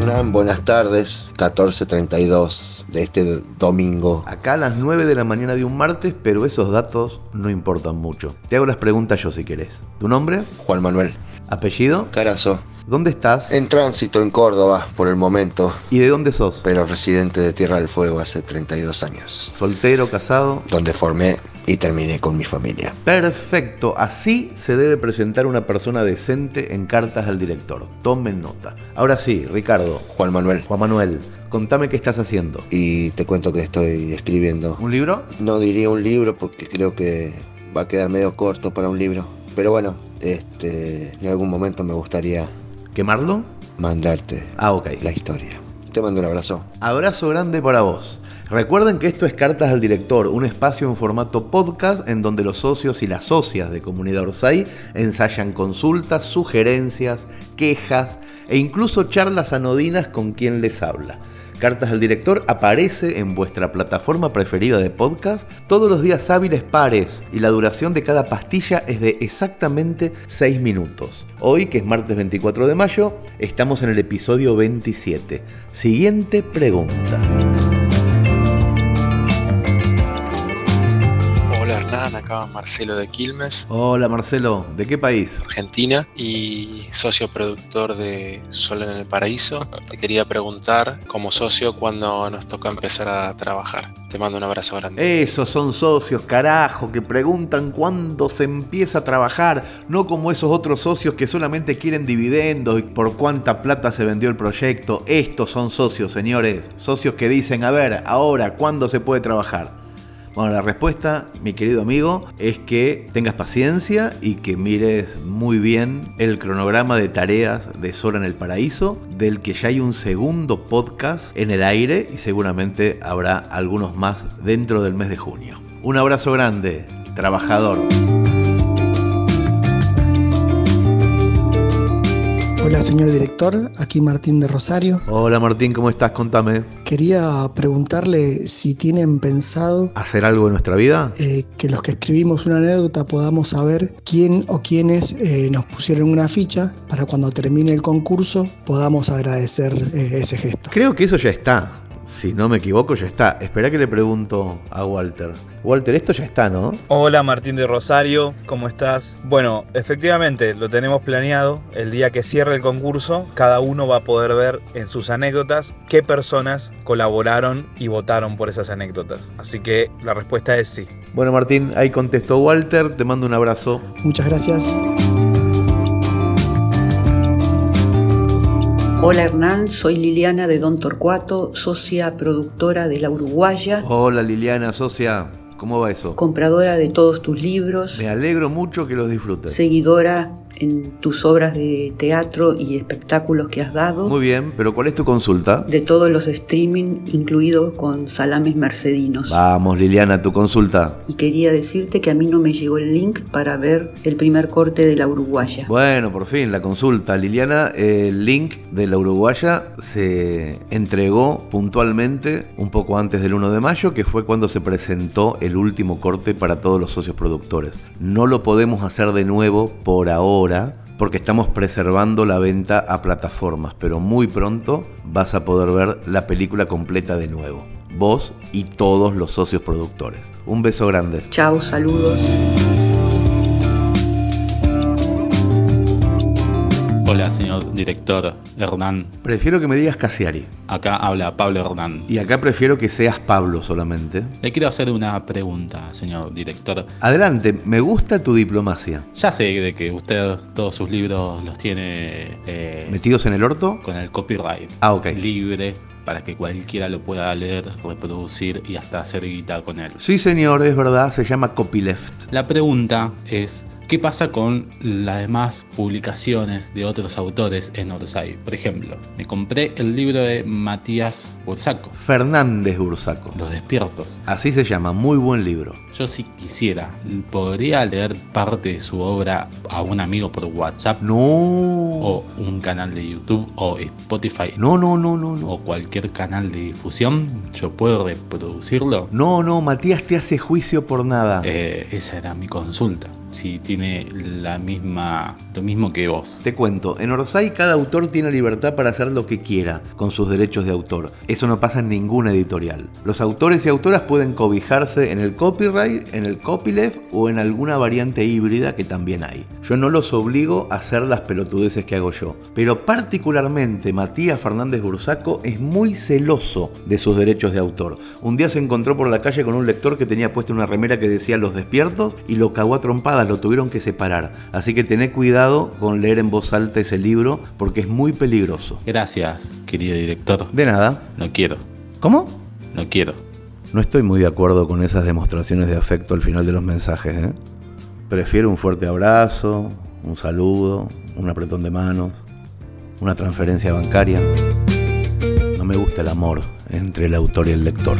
están? Buenas tardes, 14.32 de este domingo. Acá a las 9 de la mañana de un martes, pero esos datos no importan mucho. Te hago las preguntas yo si querés. ¿Tu nombre? Juan Manuel ¿Apellido? Carazo. ¿Dónde estás? En tránsito en Córdoba por el momento, ¿Y de dónde sos? pero residente de Tierra del Fuego hace 32 años, ¿Soltero, casado? donde formé y terminé con mi familia. Perfecto, así se debe presentar una persona decente en cartas al director. Tomen nota. Ahora sí, Ricardo, Juan Manuel, Juan Manuel, contame qué estás haciendo. y te cuento que estoy escribiendo. ¿Un libro? No diría un libro porque creo que va a quedar medio corto para un libro. Pero bueno, este, en algún momento me gustaría ¿Quemarlo? mandarte Ah, ok. la historia. Te mando un abrazo. Abrazo grande para vos. Recuerden que esto es Cartas al Director, un espacio en formato podcast en donde los socios y las socias de Comunidad Orsay ensayan consultas, sugerencias, quejas e incluso charlas anodinas con quien les habla. Cartas al Director aparece en vuestra plataforma preferida de podcast todos los días hábiles pares y la duración de cada pastilla es de exactamente 6 minutos. Hoy, que es martes 24 de mayo, estamos en el episodio 27. Siguiente pregunta. Hola Hernán, acá Marcelo de Quilmes, Hola Marcelo, ¿de qué país? Argentina, y socio productor de Sol en el Paraíso. Te quería preguntar, como socio, cuándo nos toca empezar a trabajar. Te mando un abrazo grande. Esos son socios, carajo, que preguntan cuándo se empieza a trabajar, no como esos otros socios que solamente quieren dividendos y por cuánta plata se vendió el proyecto. Estos son socios, señores, socios que dicen, a ver, ahora, ¿cuándo se puede trabajar? Bueno, la respuesta, mi querido amigo, es que tengas paciencia y que mires muy bien el cronograma de tareas de Sola en el Paraíso, del que ya hay un segundo podcast en el aire y seguramente habrá algunos más dentro del mes de junio. Un abrazo grande, trabajador. Hola señor director, aquí Martín de Rosario. Hola Martín, ¿cómo estás? Contame. Quería preguntarle si tienen pensado ¿Hacer algo en nuestra vida? eh, que los que escribimos una anécdota podamos saber quién o quiénes eh, nos pusieron una ficha para cuando termine el concurso podamos agradecer eh, ese gesto. Creo que eso ya está. Si no me equivoco, ya está. Espera que le pregunto a Walter. Walter, esto ya está, ¿no? Hola Martín de Rosario, ¿cómo estás? Bueno, efectivamente lo tenemos planeado. El día que cierre el concurso, cada uno va a poder ver en sus anécdotas qué personas colaboraron y votaron por esas anécdotas. Así que la respuesta es sí. Bueno, Martín, ahí contestó Walter. Te mando un abrazo. Muchas gracias. Hola Hernán, soy Liliana de Don Torcuato, socia productora de La Uruguaya, Hola Liliana, socia, ¿cómo va eso? compradora de todos tus libros, Me alegro mucho que los disfrutes. seguidora en tus obras de teatro y espectáculos que has dado, Muy bien, pero ¿cuál es tu consulta? de todos los streaming, incluido con Salames Mercedinos. Vamos Liliana, tu consulta. Y quería decirte que a mí no me llegó el link para ver el primer corte de La Uruguaya. Bueno, por fin, la consulta. Liliana, eh, el link de la Uruguaya se entregó puntualmente un poco antes del 1 de mayo, que fue cuando se presentó el último corte para todos los socios productores. No lo podemos hacer de nuevo por ahora, porque estamos preservando la venta a plataformas, pero muy pronto vas a poder ver la película completa de nuevo. Vos y todos los socios productores. Un beso grande. Chao, saludos. Hola, señor director Hernán. Prefiero que me digas Casiari. Acá habla Pablo Hernán. Y acá prefiero que seas Pablo solamente. Le quiero hacer una pregunta, señor director. Adelante, me gusta tu diplomacia. Ya sé de que usted todos sus libros los tiene eh, ¿Metidos en el orto? con el copyright Ah, ok. libre para que cualquiera lo pueda leer, reproducir y hasta hacer guita con él. Sí, señor, es verdad, se llama copyleft. La pregunta es, ¿qué pasa con las demás publicaciones de otros autores en Orsay? Por ejemplo, me compré el libro de Matías Bursaco, Fernández Bursaco. Los despiertos. Así se llama, muy buen libro. Yo si quisiera, podría leer parte de su obra a un amigo por WhatsApp No. o un canal de YouTube o Spotify No, no, no, no, no. o cualquier canal de difusión. Yo puedo reproducirlo. No, no, Matías te hace juicio por nada. Eh, esa era mi consulta. si tiene la misma, lo mismo que vos. Te cuento, en Orsay cada autor tiene libertad para hacer lo que quiera con sus derechos de autor. Eso no pasa en ninguna editorial. Los autores y autoras pueden cobijarse en el copyright, en el copyleft o en alguna variante híbrida que también hay. Yo no los obligo a hacer las pelotudeces que hago yo. Pero particularmente Matías Fernández Bursaco es muy celoso de sus derechos de autor. Un día se encontró por la calle con un lector que tenía puesta una remera que decía Los despiertos y lo cagó a trompadas, lo tuvieron que separar. Así que tened cuidado con leer en voz alta ese libro porque es muy peligroso. Gracias, querido director. De nada. No quiero, ¿Cómo? no quiero. No estoy muy de acuerdo con esas demostraciones de afecto al final de los mensajes, ¿eh? Prefiero un fuerte abrazo, un saludo, un apretón de manos, una transferencia bancaria. No me gusta el amor entre el autor y el lector.